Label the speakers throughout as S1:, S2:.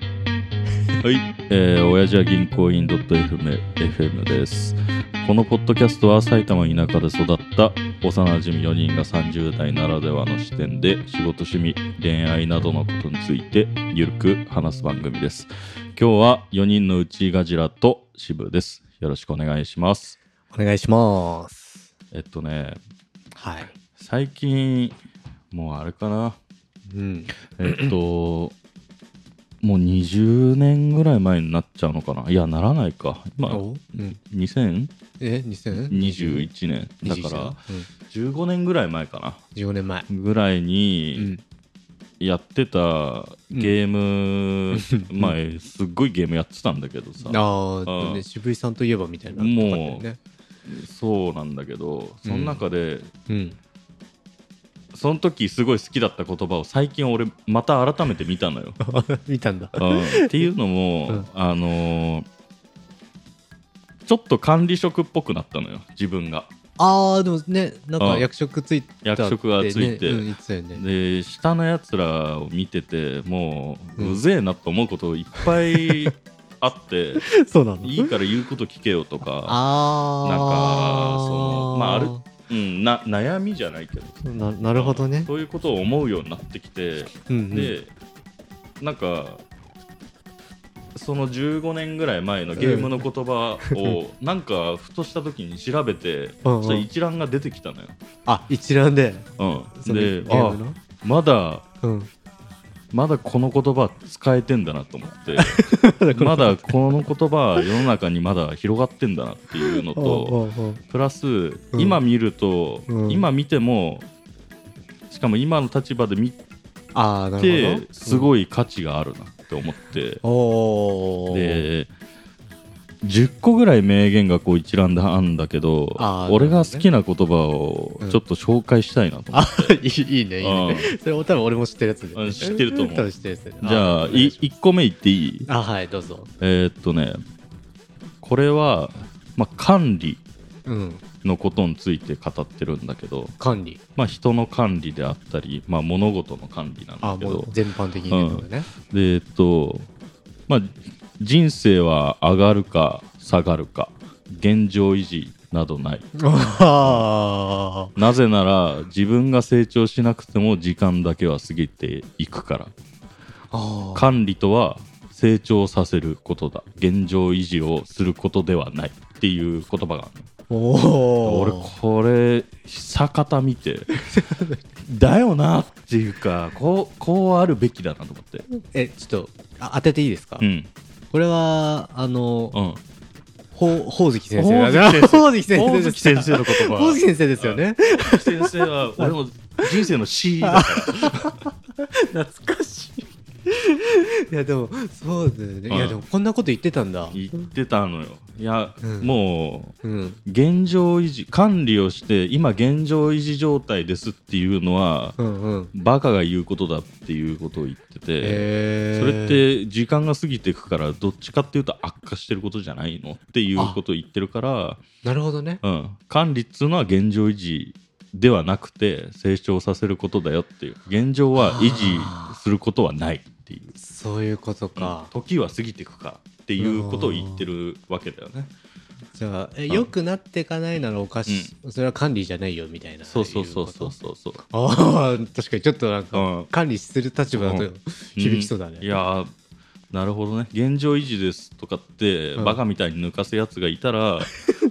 S1: はい、えー、親父は銀行員 .fm です。このポッドキャストは埼玉田舎で育った幼馴染4人が30代ならではの視点で仕事、趣味、恋愛などのことについてゆるく話す番組です。今日は4人のうちガジラと渋です。よろしくお願いします。
S2: お願いします。
S1: えっとね、
S2: はい。
S1: 最近、もうあれかな。
S2: うん。
S1: えっと、もう20年ぐらい前になっちゃうのかな。いや、ならないか。今、
S2: おうん、
S1: 2000?
S2: え、2021
S1: 21年だから、
S2: うん、
S1: 15年ぐらい前かな
S2: 15年前。
S1: ぐらいうに
S2: ん。
S1: やってたゲーム、
S2: うん
S1: まあすっごいゲームやってたんだけどさ
S2: あ
S1: う
S2: あ、
S1: ん
S2: ね、渋井さんといえばみたいな。
S1: もう
S2: ね。
S1: そうなんだけどその中で、
S2: うん。
S1: その時すごい好きだった言葉を最近俺また改めて見たの よ。
S2: 見たんだ。
S1: うんっていうのも、
S2: うん
S1: あのーちょっと管理職っぽくなったのよ自分が。
S2: ああ、でもね、なん
S1: う
S2: か
S1: ん
S2: 役職ついたってね。
S1: 役職がついて
S2: うん、いつだよね。
S1: で下のやつらを見ててもう、う
S2: うん
S1: ぜえなと思うこといっぱ いあって
S2: そうなの
S1: いいから言うこと聞けよとか、
S2: ああ。
S1: なんかそのまああるうん、な悩みじゃないけど
S2: ななるほどね。
S1: そういうことを思うようになってきて、
S2: うんうん、
S1: でなんかその15年ぐらい前のゲームの言葉を、 なんかふとした時に調べて、
S2: うんう
S1: そ
S2: ん
S1: したら一覧が出てきたのよ。
S2: あ一覧で。
S1: う
S2: そ
S1: ん、
S2: の
S1: で
S2: ゲー
S1: あ
S2: ムの
S1: まだ
S2: うん。
S1: まだこの言葉使えてんだなと思って。 まだこの言葉世の中にまだ広がってんだなっていうのと
S2: おうおうおう
S1: プラス今見ると、
S2: うん
S1: 今見てもしかも今の立場で見
S2: ああ、なるほ
S1: て
S2: ど。
S1: す
S2: い。
S1: ごい価値があるなって思って、
S2: おお。
S1: で10個ぐらい名言がこう一覧であるんだけど
S2: あー
S1: 俺が好きな言葉をちょっと紹介したいなと思っ
S2: あい いいいね、いいね。それも多分俺も知ってるやつで、
S1: うん知ってると思う
S2: 多分知ってるやつだよね
S1: て、じゃあ
S2: お願いします
S1: 1個目言っていい
S2: あ、はい、どうぞ。
S1: えーっとねこれは、まあ、管理
S2: うん、
S1: のことについて語ってるんだけど、
S2: 管理。
S1: まあ、人の管理であったり、まあ、物事の管理なん
S2: あ、
S1: だけ
S2: もう
S1: ど
S2: 全般的に言うのね。
S1: でえっと、まあ、人生は上がるか下がるか現状維持などない
S2: ああ。
S1: なぜなら自分が成長しなくても時間だけは過ぎていくから
S2: ああ。
S1: 管理とは成長させることだ現状維持をすることではないっていう言葉があるの
S2: おお。
S1: 俺これ久方見て だよなっていうかこうこうあるべきだなと思って
S2: え、ちょっとあ当てていいですか、
S1: うん
S2: これは、あの、
S1: うん
S2: ほうほうずき先生ほ
S1: ほ
S2: う
S1: う
S2: ず
S1: ず
S2: き先生です。
S1: き先生の言葉
S2: ほうずき先生ですよね。
S1: ほうずき先生は 俺の人生の C だから
S2: 懐かしい。いや、でも、そうだよね。いや、でも、こんなこと言ってたんだ。
S1: 言ってたのよいや、
S2: うん
S1: もう
S2: うん。
S1: 現状維持管理をして今現状維持状態ですっていうのは
S2: うんうん。
S1: バカが言うことだっていうことを言ってて、
S2: え
S1: それって時間が過ぎていくからどっちかっていうと悪化してることじゃないのっていうことを言ってるから、
S2: なるほどね。
S1: うん、管理っつうのは現状維持ではなくて成長させることだよっていう現状は維持することはないっていう、
S2: そういうことか。
S1: 時は過ぎていくからっていうことを言ってるわけだよね
S2: じゃあ、
S1: ん
S2: え、良くなっていかないならおかしい、それは管理じゃないよみたいな。
S1: そうそうそうそう
S2: いう
S1: そうそう
S2: こと。ああ、確かにちょっとなん
S1: う
S2: か、
S1: ん
S2: 管理する立場だと
S1: うん
S2: 響きそうだね。
S1: んいやーなるほどね現状維持ですとかって、
S2: うん
S1: バカみたいに抜かすやつがいたら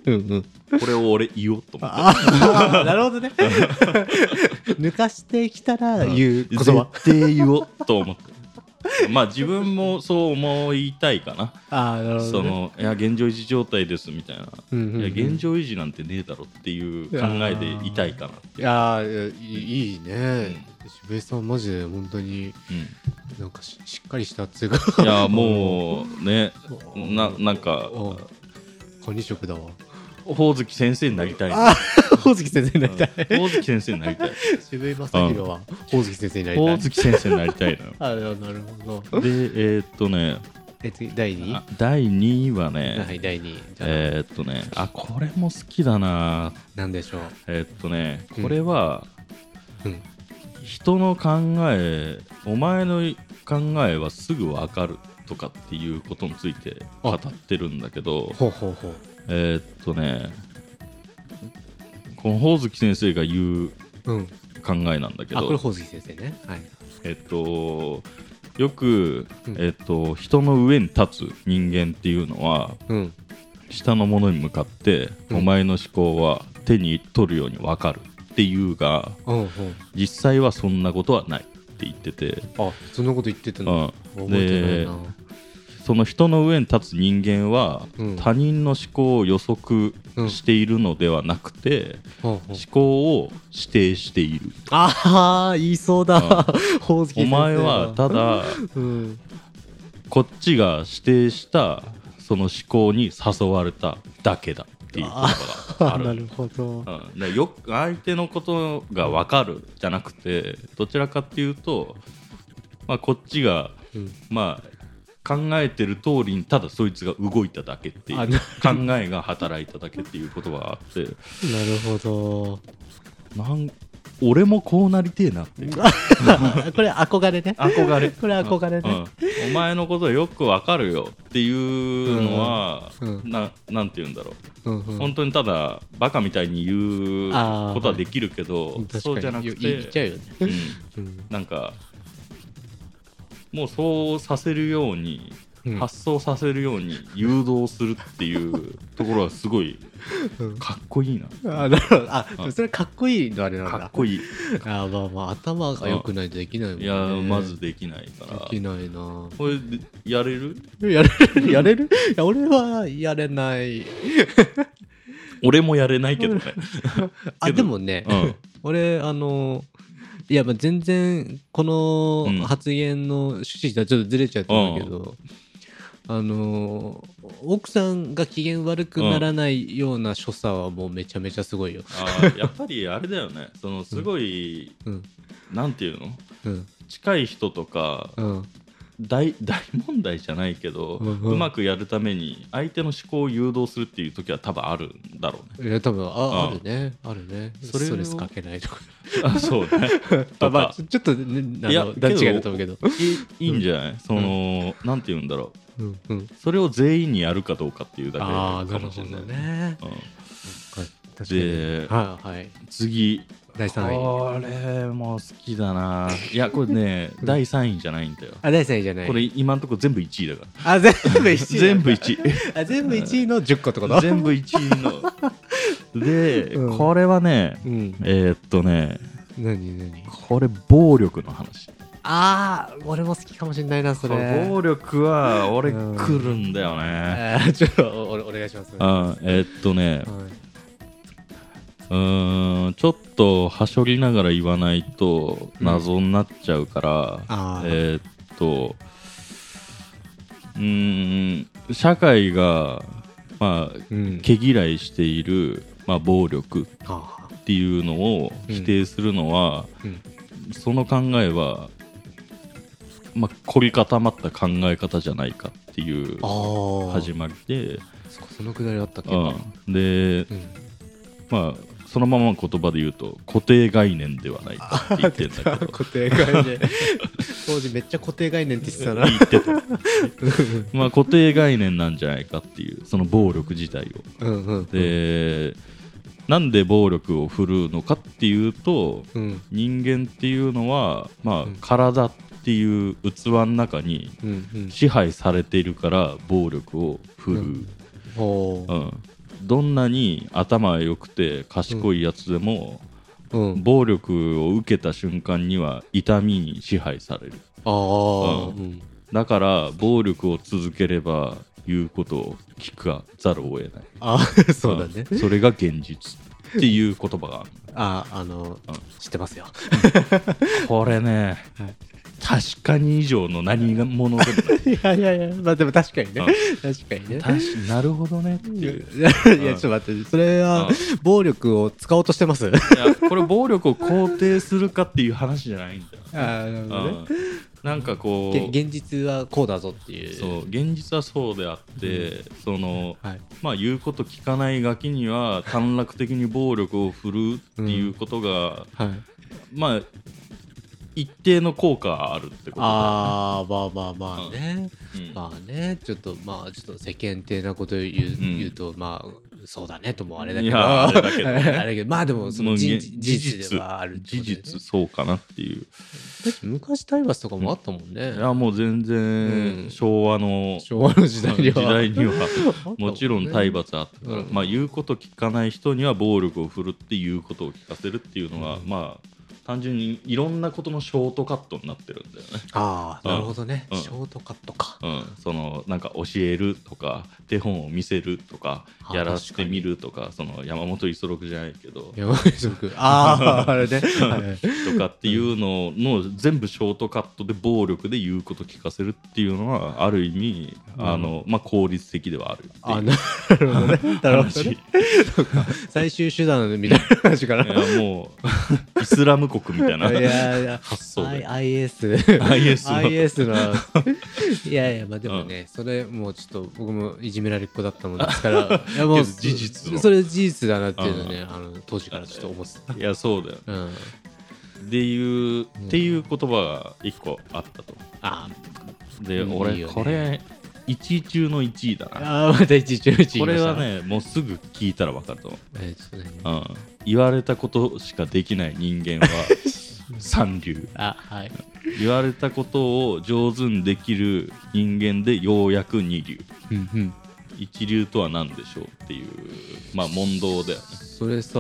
S2: うんうん。
S1: これを俺言おうと 思って
S2: ああ、なるほど ね。抜かしてきたら言う言葉。
S1: 絶対言おうと思ってまあ自分もそう思いたいかな、
S2: ああ、なるほ
S1: そ
S2: どね。
S1: のいや現状維持状態ですみたいな、
S2: うんうんうん
S1: いや現状維持なんてねえだろっていう考えでいたいかな、
S2: いやーいいいいね。渋江さん、マジで本当に
S1: う
S2: なんかししっかりしたっていうか。
S1: ん、いやもうねななんか
S2: うん、管理職だわ。
S1: ほおずき先生になりたい
S2: ああ、ほおずき先生になりたい。
S1: ほおずき先生になりたい
S2: 渋井正宏はほおずき先生にな り
S1: ほ
S2: た
S1: お
S2: い。
S1: ずき先生になりたいのよ
S2: あなるほど。
S1: でえーっとね
S2: え次第2位
S1: あ第2位はね、
S2: はい第2位。じゃあ
S1: えーっとねあこれも好きだな
S2: 何でしょう。
S1: えーっとね
S2: うん
S1: これは、
S2: うん
S1: 人の考えお前の考えはすぐわかるとかっていうことについて語ってるんだけど
S2: ほうほうほう
S1: えーっとねこの宝月先生が言う
S2: うん
S1: 考えなんだけ
S2: あこれ
S1: ど
S2: ほ月先生ねはい
S1: えっとよく、
S2: うん
S1: えっと、人の上に立つ人間っていうのは
S2: うん
S1: 下のものに向かって、
S2: うん
S1: お前の思考は手に取るように分かるっていうが
S2: うんうん
S1: 実際はそんなことはないって言ってて、
S2: あそんなこと言ってた
S1: う
S2: の
S1: ん
S2: 覚えてないな
S1: その人の上に立つ人間は、
S2: うん
S1: 他人の思考を予測
S2: うん
S1: しているのではなくて、
S2: ほうほう
S1: 思考を指定している、
S2: ああ言いそうだ
S1: うん
S2: ほ月
S1: お
S2: 先生
S1: 前はただ
S2: うん
S1: こっちが指定したその思考に誘われただけだっていう言葉があ
S2: あ
S1: る
S2: なるほど
S1: うん、でよく相手のことが分かるじゃなくてどちらかっていうと、まあ、こっちが、
S2: うん
S1: まあ、考えてる通りにただそいつが動いただけってい
S2: あ
S1: う
S2: な
S1: 考えが働いただけっていうことがあって
S2: なるほど
S1: なん俺もこうなりてえなっていう
S2: これ憧れね
S1: 憧れ
S2: これ憧れね
S1: うんお前のことよく分かるよっていうのは、
S2: うんう
S1: ななんて言うんだろう
S2: うんうん
S1: 本当にただバカみたいに言う
S2: あー
S1: ことはできるけど
S2: 確かに
S1: そうじゃなく
S2: 言い言っちゃ
S1: て、
S2: うよね
S1: うん
S2: うん
S1: なんかもうそうさせるように、
S2: うん
S1: 発想させるように誘導するって いうところはすごい
S2: うん
S1: かっこいいな
S2: あなるほどあ
S1: うん
S2: それかっこいいのあれなんだ
S1: かっこいい
S2: あまあまあ頭が良くないとできないもん
S1: い
S2: ね
S1: やまずできないから
S2: できないな
S1: これでやれる
S2: やれ るやれるいや俺はやれない
S1: 俺もやれないけどね、
S2: あ
S1: けど
S2: でもね、
S1: うん
S2: 俺あのいやまあ全然こ
S1: うん
S2: の発言の趣旨とはちょっとずれちゃったんだけど、あの奥さんが機嫌悪くならないような所作はもうめちゃめちゃすごいよ。
S1: あーやっぱりあれだよねそのすごい、
S2: うん
S1: なんていうの
S2: うん
S1: 近い人とか
S2: うん
S1: 大大問題じゃないけど、
S2: う
S1: うん
S2: うん
S1: まくやるために相手の思考を誘導するっていう時は多分あるんだろうね。
S2: いや多分あ
S1: うん
S2: あるねあるね
S1: そ
S2: そ
S1: れを
S2: れストレスかけないとか
S1: あそうね
S2: あ
S1: と
S2: まあ
S1: か
S2: ちょちょっと、ね、
S1: い
S2: あ
S1: や
S2: の
S1: けど
S2: 段違いだと思うけど
S1: い いいんじゃない、そのなんて言うんだろう
S2: うんうん
S1: それを全員にやるかどうかっていうだけ
S2: ああな
S1: か
S2: る
S1: もし
S2: ほ
S1: れな
S2: ど
S1: い。
S2: ね
S1: うん
S2: 確か
S1: で
S2: はいはい
S1: 次
S2: 第3位
S1: これも好きだないやこれ ね第3位じゃないんだよ
S2: あ第3位じゃない
S1: これ今んとこ全部1位だから
S2: あ全部1位
S1: 全部1位
S2: あ全部1位の10個ってこと
S1: 全部1位ので、
S2: うん
S1: これはね
S2: うん
S1: えー、っとね
S2: 何何
S1: これ暴力の話
S2: ああ俺も好きかもしれないなそれ
S1: 暴力は俺
S2: うん
S1: 来るんだよね、
S2: あーちょっとおおお願いしますは
S1: あえーっとね
S2: いう
S1: ーんちょっとはしょりながら言わないと
S2: うん
S1: 謎になっちゃうから、
S2: あー
S1: えーっとうーん社会がまあ
S2: うん
S1: 毛嫌いしている、まあ、暴力
S2: あ
S1: っていうのを否定するのは、
S2: ーうん
S1: その考えは、まあ、凝り固まった考え方じゃないかっていう
S2: あ
S1: 始
S2: あ
S1: まりで、
S2: そこそのくだりあったっけ
S1: うん、で、
S2: うん
S1: まあ、そのままの言葉で言うと固定概念ではないかって言ってん だけど
S2: 固定概 念当時めっちゃ固定概念って言ってたな
S1: 言ってた、まあ、固定概念なんじゃないかっていうその暴力自体を。
S2: うんうん
S1: でなんで暴力を振るうのかっていうと
S2: うん
S1: 人間っていうのは、まあ
S2: うん、
S1: 体っていう器の中に
S2: うんうん
S1: 支配されているから暴力を振るう、うん
S2: ほ
S1: どんなに頭が良くて賢いやつでも、
S2: ううん
S1: 暴力を受けた瞬間には痛みに支配される
S2: ああ
S1: う
S2: うん
S1: だから暴力を続ければ言うことを聞かざるを得ない
S2: あ ーそうだね
S1: んそれが現実っていう言葉がある
S2: あーあの
S1: うん
S2: 知ってますよ
S1: これね、
S2: はい
S1: 確かに以上の何がものでもない
S2: いやいやいや、まあでも確かにね
S1: うん。
S2: 確かにね。
S1: 確かなるほどねって
S2: いや、
S1: いう
S2: いやいやちょっと待って、それは
S1: うん
S2: 暴力を使おうとしてますあ
S1: いやこれ暴力を肯定するかっていう話じゃないんだよ
S2: あ、なるほどね。
S1: うんなんかこ
S2: げ
S1: う
S2: 現実はこうだぞっていう。
S1: そう現実はそうであって、その
S2: はい。
S1: まあ言うこと聞かないガキには短絡的に暴力を振るうっていうことが、
S2: はい。
S1: まあ一定の効果があるってことだ
S2: あーまあまあまあね、
S1: うん
S2: まあねちょっとまあちょっと世間体なことを言う,、
S1: ん
S2: 言うとまあそうだねともあれだけ
S1: い
S2: ど
S1: やあれだけど
S2: あれだけどまあでもそ
S1: も
S2: の
S1: う
S2: 事
S1: げ
S2: 事実ではあるっ
S1: 事
S2: てことだよね
S1: 実そうかなっていう
S2: だって昔体罰とかもあったもんね、
S1: いやもう全
S2: う
S1: 然
S2: ん
S1: 昭和の
S2: 昭和の時代には
S1: 時代には
S2: もんね
S1: もちろん体罰あったから、
S2: うん
S1: まあ、言うこと聞かない人には暴力を振るって言うことを聞かせるっていうのが、
S2: うん
S1: まあ単純にいろんなことのショートカットになってるんだよね。
S2: ああなるほどね、
S1: うん
S2: ショートカットか、
S1: うん、そのなんか教えるとか手本を見せるとか
S2: はあ
S1: やらせてみるとかその山本五十六じゃないけど
S2: やばいすごくあああれ ね、はい
S1: とかっていうのの全部ショートカットで暴力で言うこと聞かせるっていうのはある意味、
S2: うん
S1: あのまあ、効率的ではあるっていう
S2: あなるほどねなるほど
S1: 話
S2: ね最終手段みたいな話か
S1: い
S2: な
S1: やもう イスラム国みたいない
S2: やいや
S1: 発想で
S2: I- IS
S1: IS の
S2: IS のいやいやまあでもね、それもうちょっと僕もいじめられっ子だったもんですから いやも
S1: け
S2: う
S1: ど事実の
S2: それ事実だなっていうのはねあの当時からちょっと思ってた
S1: いやそうだよ
S2: うん
S1: でいう、
S2: ん
S1: っていう言葉が一個あったと
S2: あ
S1: で、
S2: うん
S1: 俺
S2: いいよね
S1: これ1位中の1位だな
S2: あーまた一日一日
S1: これはねもうすぐ聞いたら分かると思う、
S2: えーちょっとね
S1: うん、言われたことしかできない人間 は三流
S2: あはい
S1: 言われたことを上手にできる人間でようやく二流
S2: うんうん
S1: 一流とは何でしょうっていうまあ問答だよね、
S2: それさ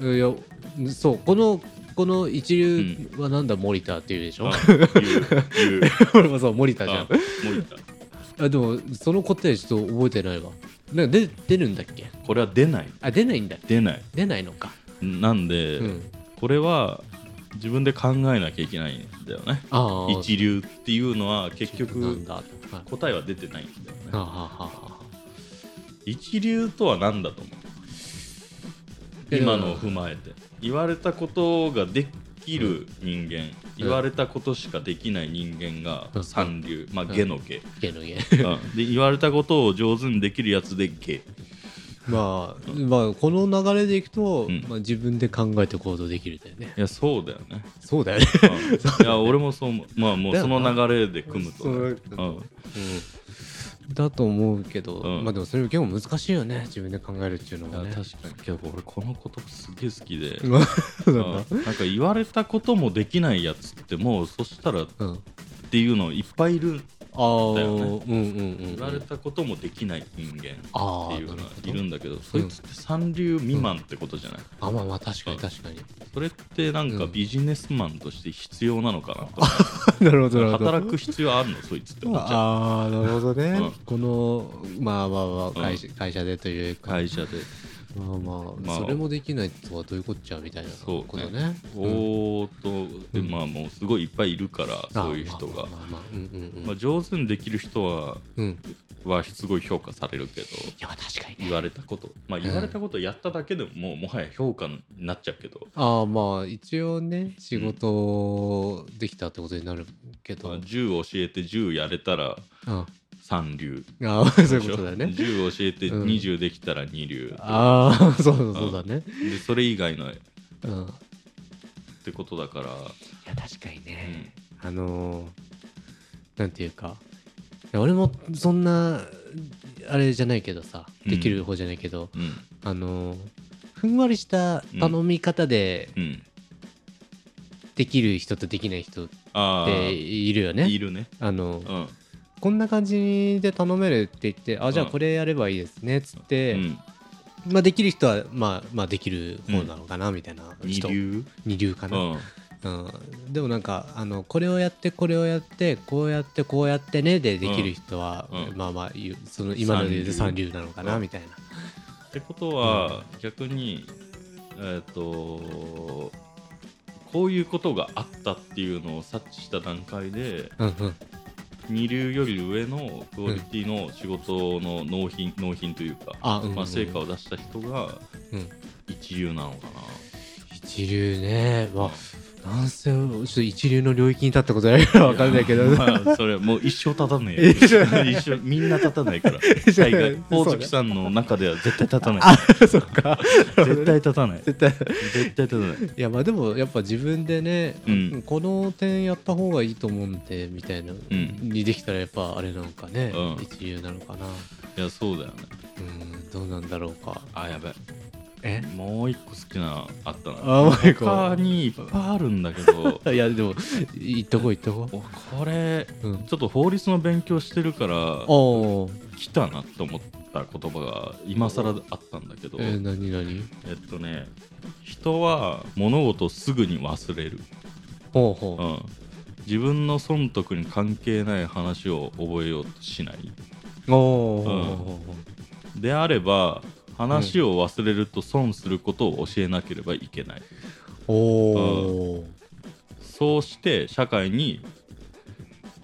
S1: うん、
S2: いやそうこのこの一流はなんだ、モニターっていうでしょ、
S1: 言う言う
S2: 俺もそうモニターじゃん
S1: あ森田
S2: あでもその答えちょっと覚えてないわなんか出出るんだっけ
S1: これは出ない
S2: あ出ないんだ
S1: 出ない
S2: 出ないのか、
S1: なんで、
S2: うん
S1: これは自分で考えなきゃいけないんだよね
S2: ああ
S1: 一流っていうのは結
S2: な
S1: 局
S2: んだはい
S1: 答えは出てないんだよね
S2: あははは
S1: 一流とは何だと思う
S2: え
S1: 今のを踏まえて言われたことができる人間、言われたことしかできない人間
S2: う
S1: が
S2: ん
S1: 三流、まあ
S2: うん
S1: 下の下、
S2: ゲのゲ
S1: うんで言われたことを上手にできるやつで下
S2: まあ、まあこの流れでいくと、
S1: うん
S2: まあ、自分で考えて行動できるだよね
S1: いやそうだよね
S2: そうだよね、
S1: うんいや俺もそう思うまあもう
S2: だ
S1: そ
S2: よ
S1: の
S2: な
S1: 流れで組むとね、
S2: そう
S1: うん
S2: うん、だと思うけど、
S1: うん
S2: まあでもそれ結構難しいよね自分で考えるっていうの
S1: いや
S2: もね
S1: 確かにけど俺この言葉すげえ好きで、
S2: まあ そうだな
S1: うんなんか言われたこともできないやつってもうそしたらっ
S2: うん、あ
S1: ていうのいっぱいいる
S2: あー、
S1: だよね
S2: うんうんうんう
S1: 言
S2: ん
S1: われたこともできない人間っ
S2: ああ
S1: ていうのが
S2: なるほど
S1: いるんだけどそいつって三流未満ってことじゃない、
S2: あまあまあ確かに確かに、
S1: それってなんか
S2: うん
S1: ビジネスマンとして必要なのか
S2: なるほ
S1: なと、
S2: どなるほど
S1: 働く必要あるのそいつって思っちゃう
S2: ああなるほどね、
S1: うん
S2: このまあまあまあ会社,、会社でというか、
S1: 会社で、
S2: まあまあ、
S1: まあ
S2: それもできないとはどういうこっちゃみたいな
S1: そう
S2: ことねうん
S1: おーっとで
S2: うん
S1: まあもうすごいいっぱいいるから
S2: あ
S1: そういう人が、
S2: まあまあまあうんうんうん、
S1: まあ、上手にできる人は
S2: うんい
S1: はすごい評価されるけど
S2: や確かに
S1: 言
S2: ね
S1: われたことまあ言われたことをやっただけでももうもはや評価になっちゃうけど、
S2: ああまあ一応ね仕事できたってことになるけど、
S1: ま
S2: う
S1: あ、
S2: ん、
S1: 10教えて10やれたら
S2: あ
S1: 三流
S2: あー そう
S1: でし
S2: いうこ
S1: ょ
S2: とだね
S1: 10教えて
S2: うん
S1: 20できたら二流、
S2: ああそうそうそうだね
S1: でそれ以外のっ
S2: うん、い
S1: てことだから、
S2: や確かに
S1: う
S2: ね、
S1: ん
S2: あのーなんていうかいや俺もそんなあれじゃないけどさ
S1: うん
S2: できる方じゃないけど、
S1: うん
S2: あのーふんわりした頼み方で
S1: うん、
S2: できる人とできない人っ
S1: ああ、
S2: ているよね。
S1: いるね、
S2: あの
S1: うんうん
S2: こんな感じで頼めるって言ってあじゃあ
S1: うん
S2: これやればいいですねっつって、まあ、できる人は、まあ、まあできる方なのかなみたいな
S1: 二
S2: 人、
S1: 流、
S2: 二流か
S1: う
S2: な、
S1: ん、
S2: うん、でもなんかあのこれをやってこれをやってこうやってこうやってねでできる人は、
S1: うん
S2: まあまあ言うその今ので言う
S1: 三
S2: 三
S1: 流
S2: 流なのかな
S1: うん
S2: みたいな、
S1: ってことは、逆にえっ、とこういうことがあったっていうのを察知した段階で
S2: うんうん、
S1: 二流より上のクオリティの仕事の納品、納品というか、
S2: あうんうんうん
S1: まあ、成果を出した人が
S2: うん
S1: 一流なのかな、
S2: 一流ねまあなんせちょっと一流の領域に立ったことないから分かんないけど
S1: まあそれもう一生立たねえよ
S2: 一
S1: 一生みんな立た ないから大概
S2: そ
S1: 大
S2: うね
S1: 月さんの中では絶対立たない
S2: あそっか
S1: 絶対立たない
S2: 絶対
S1: 絶対立たない
S2: いやまあでもやっぱ自分でね、
S1: うん
S2: この点やった方がいいと思うんでみたいな、
S1: ん
S2: にできたらやっぱあれなのかね、
S1: うん
S2: 一流なのかない
S1: やそうだよね
S2: うんどうなんだろうか
S1: あやべ
S2: え
S1: もう一個好きなのあったな
S2: あもう一個
S1: 他にいっぱいあるんだけど
S2: いやでも行っとこう行っとこ
S1: おこれ
S2: う、うん、
S1: ちょっと法律の勉強してるから
S2: おー
S1: 来たなと思った言葉が今更あったんだけど、
S2: えー、何何
S1: えっとね人は物事をすぐに忘れる、
S2: ほうほ
S1: う、
S2: うん
S1: 自分の損得に関係ない話を覚えようとしないう
S2: おー
S1: ん
S2: ほうほうほう
S1: であれば話を忘れると損することを教えなければいけない、
S2: おー
S1: そうして社会に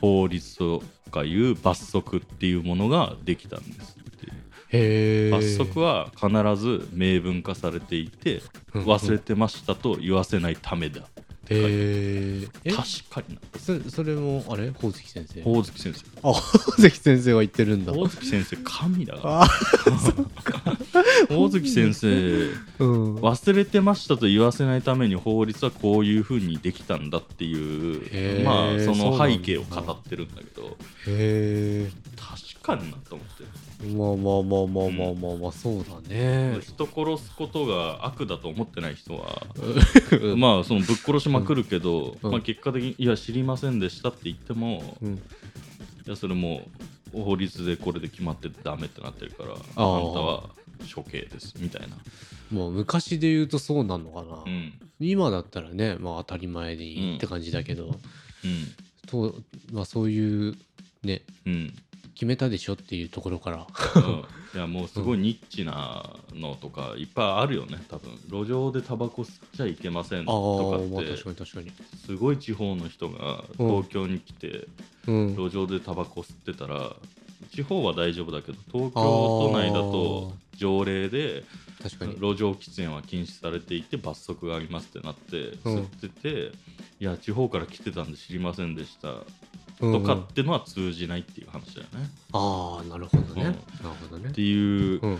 S1: 法律とかいう罰則っていうものができたんですっていう
S2: へえ
S1: 罰則は必ず明文化されていて
S2: うん
S1: 忘れてましたと言わせないためだ
S2: へーえ
S1: 確かにな
S2: そそれもあれほうずき先生
S1: 大月先生
S2: あほうずき先生が言ってるんだ
S1: 大月先生神だから
S2: あ
S1: 大月先生
S2: うん
S1: 忘れてましたと言わせないために法律はこういうふうにできたんだってい
S2: へ
S1: う
S2: ー
S1: まあそ
S2: そう
S1: の
S2: なんだ
S1: 背景を語ってるんだけど
S2: へえ
S1: 確かになと思って
S2: まあまあまあまあまあまあまあそうだね。
S1: 人殺すことが悪だと思ってない人は、
S2: うん
S1: まあそのぶっ殺しまくるけど、
S2: うん
S1: まあ、結果的に「いや知りませんでした」って言っても、
S2: うん
S1: いやそれもう法律でこれで決まってダメってなってるからあんたは処刑ですみたいな、
S2: もう昔で言うとそうなのかな、
S1: うん
S2: 今だったらねまあ当たり前でいいって感じだけど、
S1: うん
S2: とまあ、そういうね
S1: うん、
S2: 決めたでしょっていうところから
S1: うんいやもうすごいニッチなのとかいっぱいあるよね多分路上でタバコ吸っちゃいけません
S2: あ
S1: とか
S2: あまあ
S1: っ
S2: 確か
S1: て
S2: に確かに。
S1: すごい地方の人が東京に来て
S2: うん、
S1: 路上でタバコ吸ってたら地方は大丈夫だけど東京都内だと条例で
S2: 確かに。
S1: 路上喫煙は禁止されていて罰則がありますってなって吸ってて、いや地方から来てたんで知りませんでした
S2: うんう
S1: と
S2: ん
S1: かってのは通じないっていう話だよね、
S2: ああなるほどね。
S1: うん
S2: なるほどね
S1: って。いう
S2: うん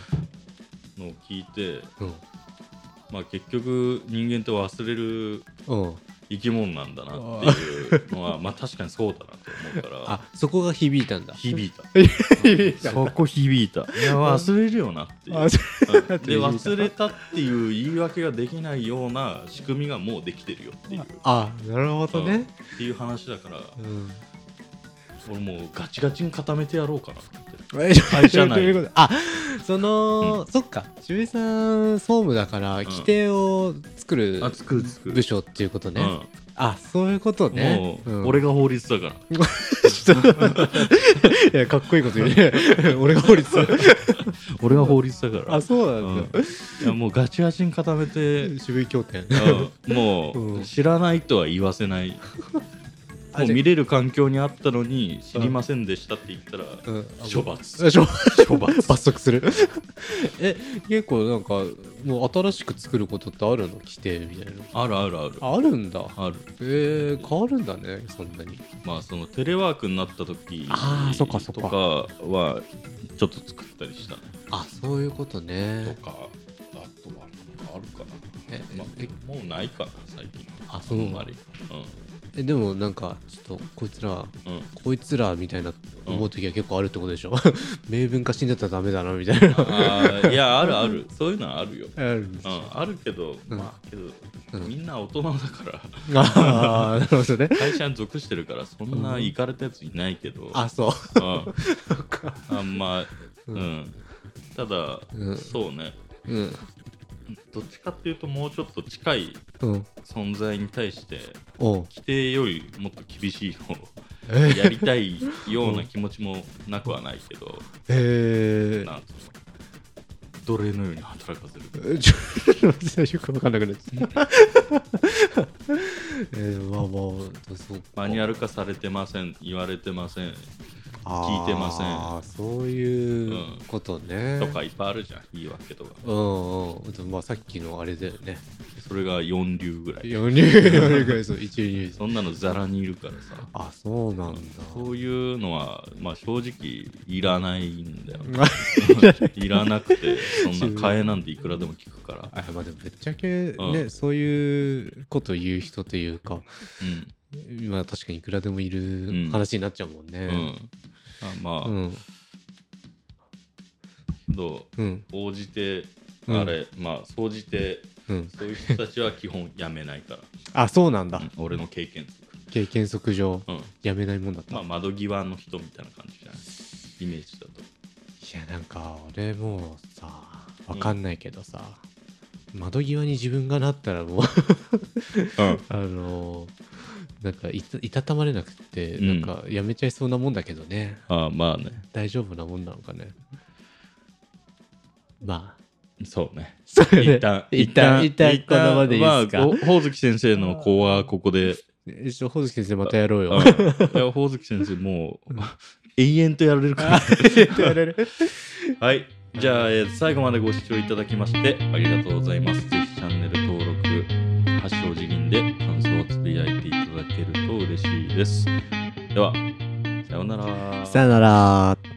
S1: のを聞いて、
S2: うん
S1: まあ、結局人間って忘れる
S2: うん、
S1: 生き物なんだなっていうのはまあ確かにそうだなと思うから
S2: あそこが響いたんだ。
S1: 響いた
S2: 響いた
S1: そこ響いたいや忘れるよなっていう
S2: あそ
S1: うんで
S2: だって
S1: 忘れたっていう言い訳ができないような仕組みがもうできてるよっていう
S2: あなるほど
S1: うんっ
S2: ね。
S1: ていう話だから
S2: うん
S1: 俺もうガチガチに固めてやろうかなって
S2: 会
S1: 社内
S2: あその、そっか渋井さん総務だから規定を作る
S1: 作る作
S2: 部署っていうことね、
S1: うん
S2: あそういうことね
S1: も
S2: うん
S1: う俺が法律だから
S2: いやかっこいいこと言う ね俺が法律
S1: 俺が法律だから
S2: あそう
S1: う
S2: なんんだ、
S1: いやもうガチガチに固めて
S2: 渋井協定
S1: うんも
S2: う
S1: うん知らないとは言わせない
S2: あ
S1: もう
S2: じゃあ
S1: 見れる環境にあったのに知りませんでしたって言ったら
S2: うん
S1: 処罰
S2: あ 処
S1: 処罰
S2: 罰則するえ結構なんかもう新しく作ることってあるの規定みたいな
S1: あるあるある
S2: あるんだ
S1: ある
S2: えー、変わるんだねそんなに
S1: まあそのテレワークになった時
S2: あーそっかそっ
S1: と
S2: か
S1: かはちょっと作ったりした
S2: あそういうことね
S1: とかあとはなんかあるか
S2: え
S1: な、ま
S2: え
S1: あ、もうないかな最近
S2: あ
S1: あ
S2: そうん
S1: まり
S2: えでもなんかちょっとこいつら
S1: うんうん
S2: こいつらみたいな思う時は結構あるってことでしょ 明文化してんだったらダメだなみたいな
S1: あーいやあるあるそういうのはあるよ
S2: あるんです
S1: うん、あるけど、
S2: うん
S1: まあけど、
S2: うん
S1: みんな大人だから
S2: ああなるほどね
S1: 会社に属してるからそんなイかれたやついないけど、うん、
S2: あそう
S1: あんまう、
S2: うんん
S1: ただ、
S2: うん
S1: そうね
S2: うん
S1: どっちかっていうともうちょっと近い
S2: うん
S1: 存在に対して
S2: おう
S1: 規定よりもっと厳しいのを
S2: え
S1: やりたいような気持ちもなくはないけど、
S2: え
S1: なんか奴隷のように働かせる
S2: ー、ちょっと最初よく分かんなくなっちゃった えー、まあまあそう
S1: マニュア
S2: ル
S1: ル化されてません言われてません聞いてません
S2: あーそういううんことね。
S1: とかいっぱいあるじゃん言い訳とか
S2: うんうん。でもまあさっきのあれだよね。
S1: それが4流ぐらい
S2: 4人ぐらいですよ、1流
S1: そんなのざらにいるからさ
S2: あ、そうなんだ。
S1: そういうのは、まあ、正直いらないんだよね
S2: あ
S1: いらなくてそんな替えなんていくらでも聞くから、
S2: あまあでもぶっちゃけね、
S1: うん
S2: そういうこと言う人というか、
S1: うん
S2: 今確かにいくらでもいる
S1: ん
S2: 話になっちゃうもん
S1: う
S2: ね。
S1: ん、あまあ、
S2: うん。
S1: どう
S2: うん。
S1: 応じて
S2: うん
S1: あれ、まあ総じて
S2: うん。
S1: そういう人たちは基本やめないから、
S2: あ、そうなんだ
S1: うん。俺の経験則
S2: 経験則上、
S1: うん
S2: やめないもんだった。
S1: まあ窓際の人みたいな感じじゃないイメージだと
S2: いやなんか俺もうさわかんないけどさ、窓際に自分がなったらも
S1: うん
S2: う あのーなんかいたいたたまれなくて、
S1: うん
S2: なんかやめちゃいそうなもんだけどね
S1: ああまあね
S2: 大丈夫なもんなのかねまあ
S1: そうね
S2: そ
S1: 一旦
S2: 一旦一旦このままでいいですか
S1: まあごほおずき先生の子はここで
S2: えちょほずき先生またやろうよ、
S1: うんいやほおずき先生もう永遠とやられる から
S2: やられる
S1: はい。じゃあ、えー最後までご視聴いただきましてありがとうございます。ぜひチャンネル登録、発祥次元で感想をつぶやいていただけると嬉しいです。では、さようなら。
S2: さよなら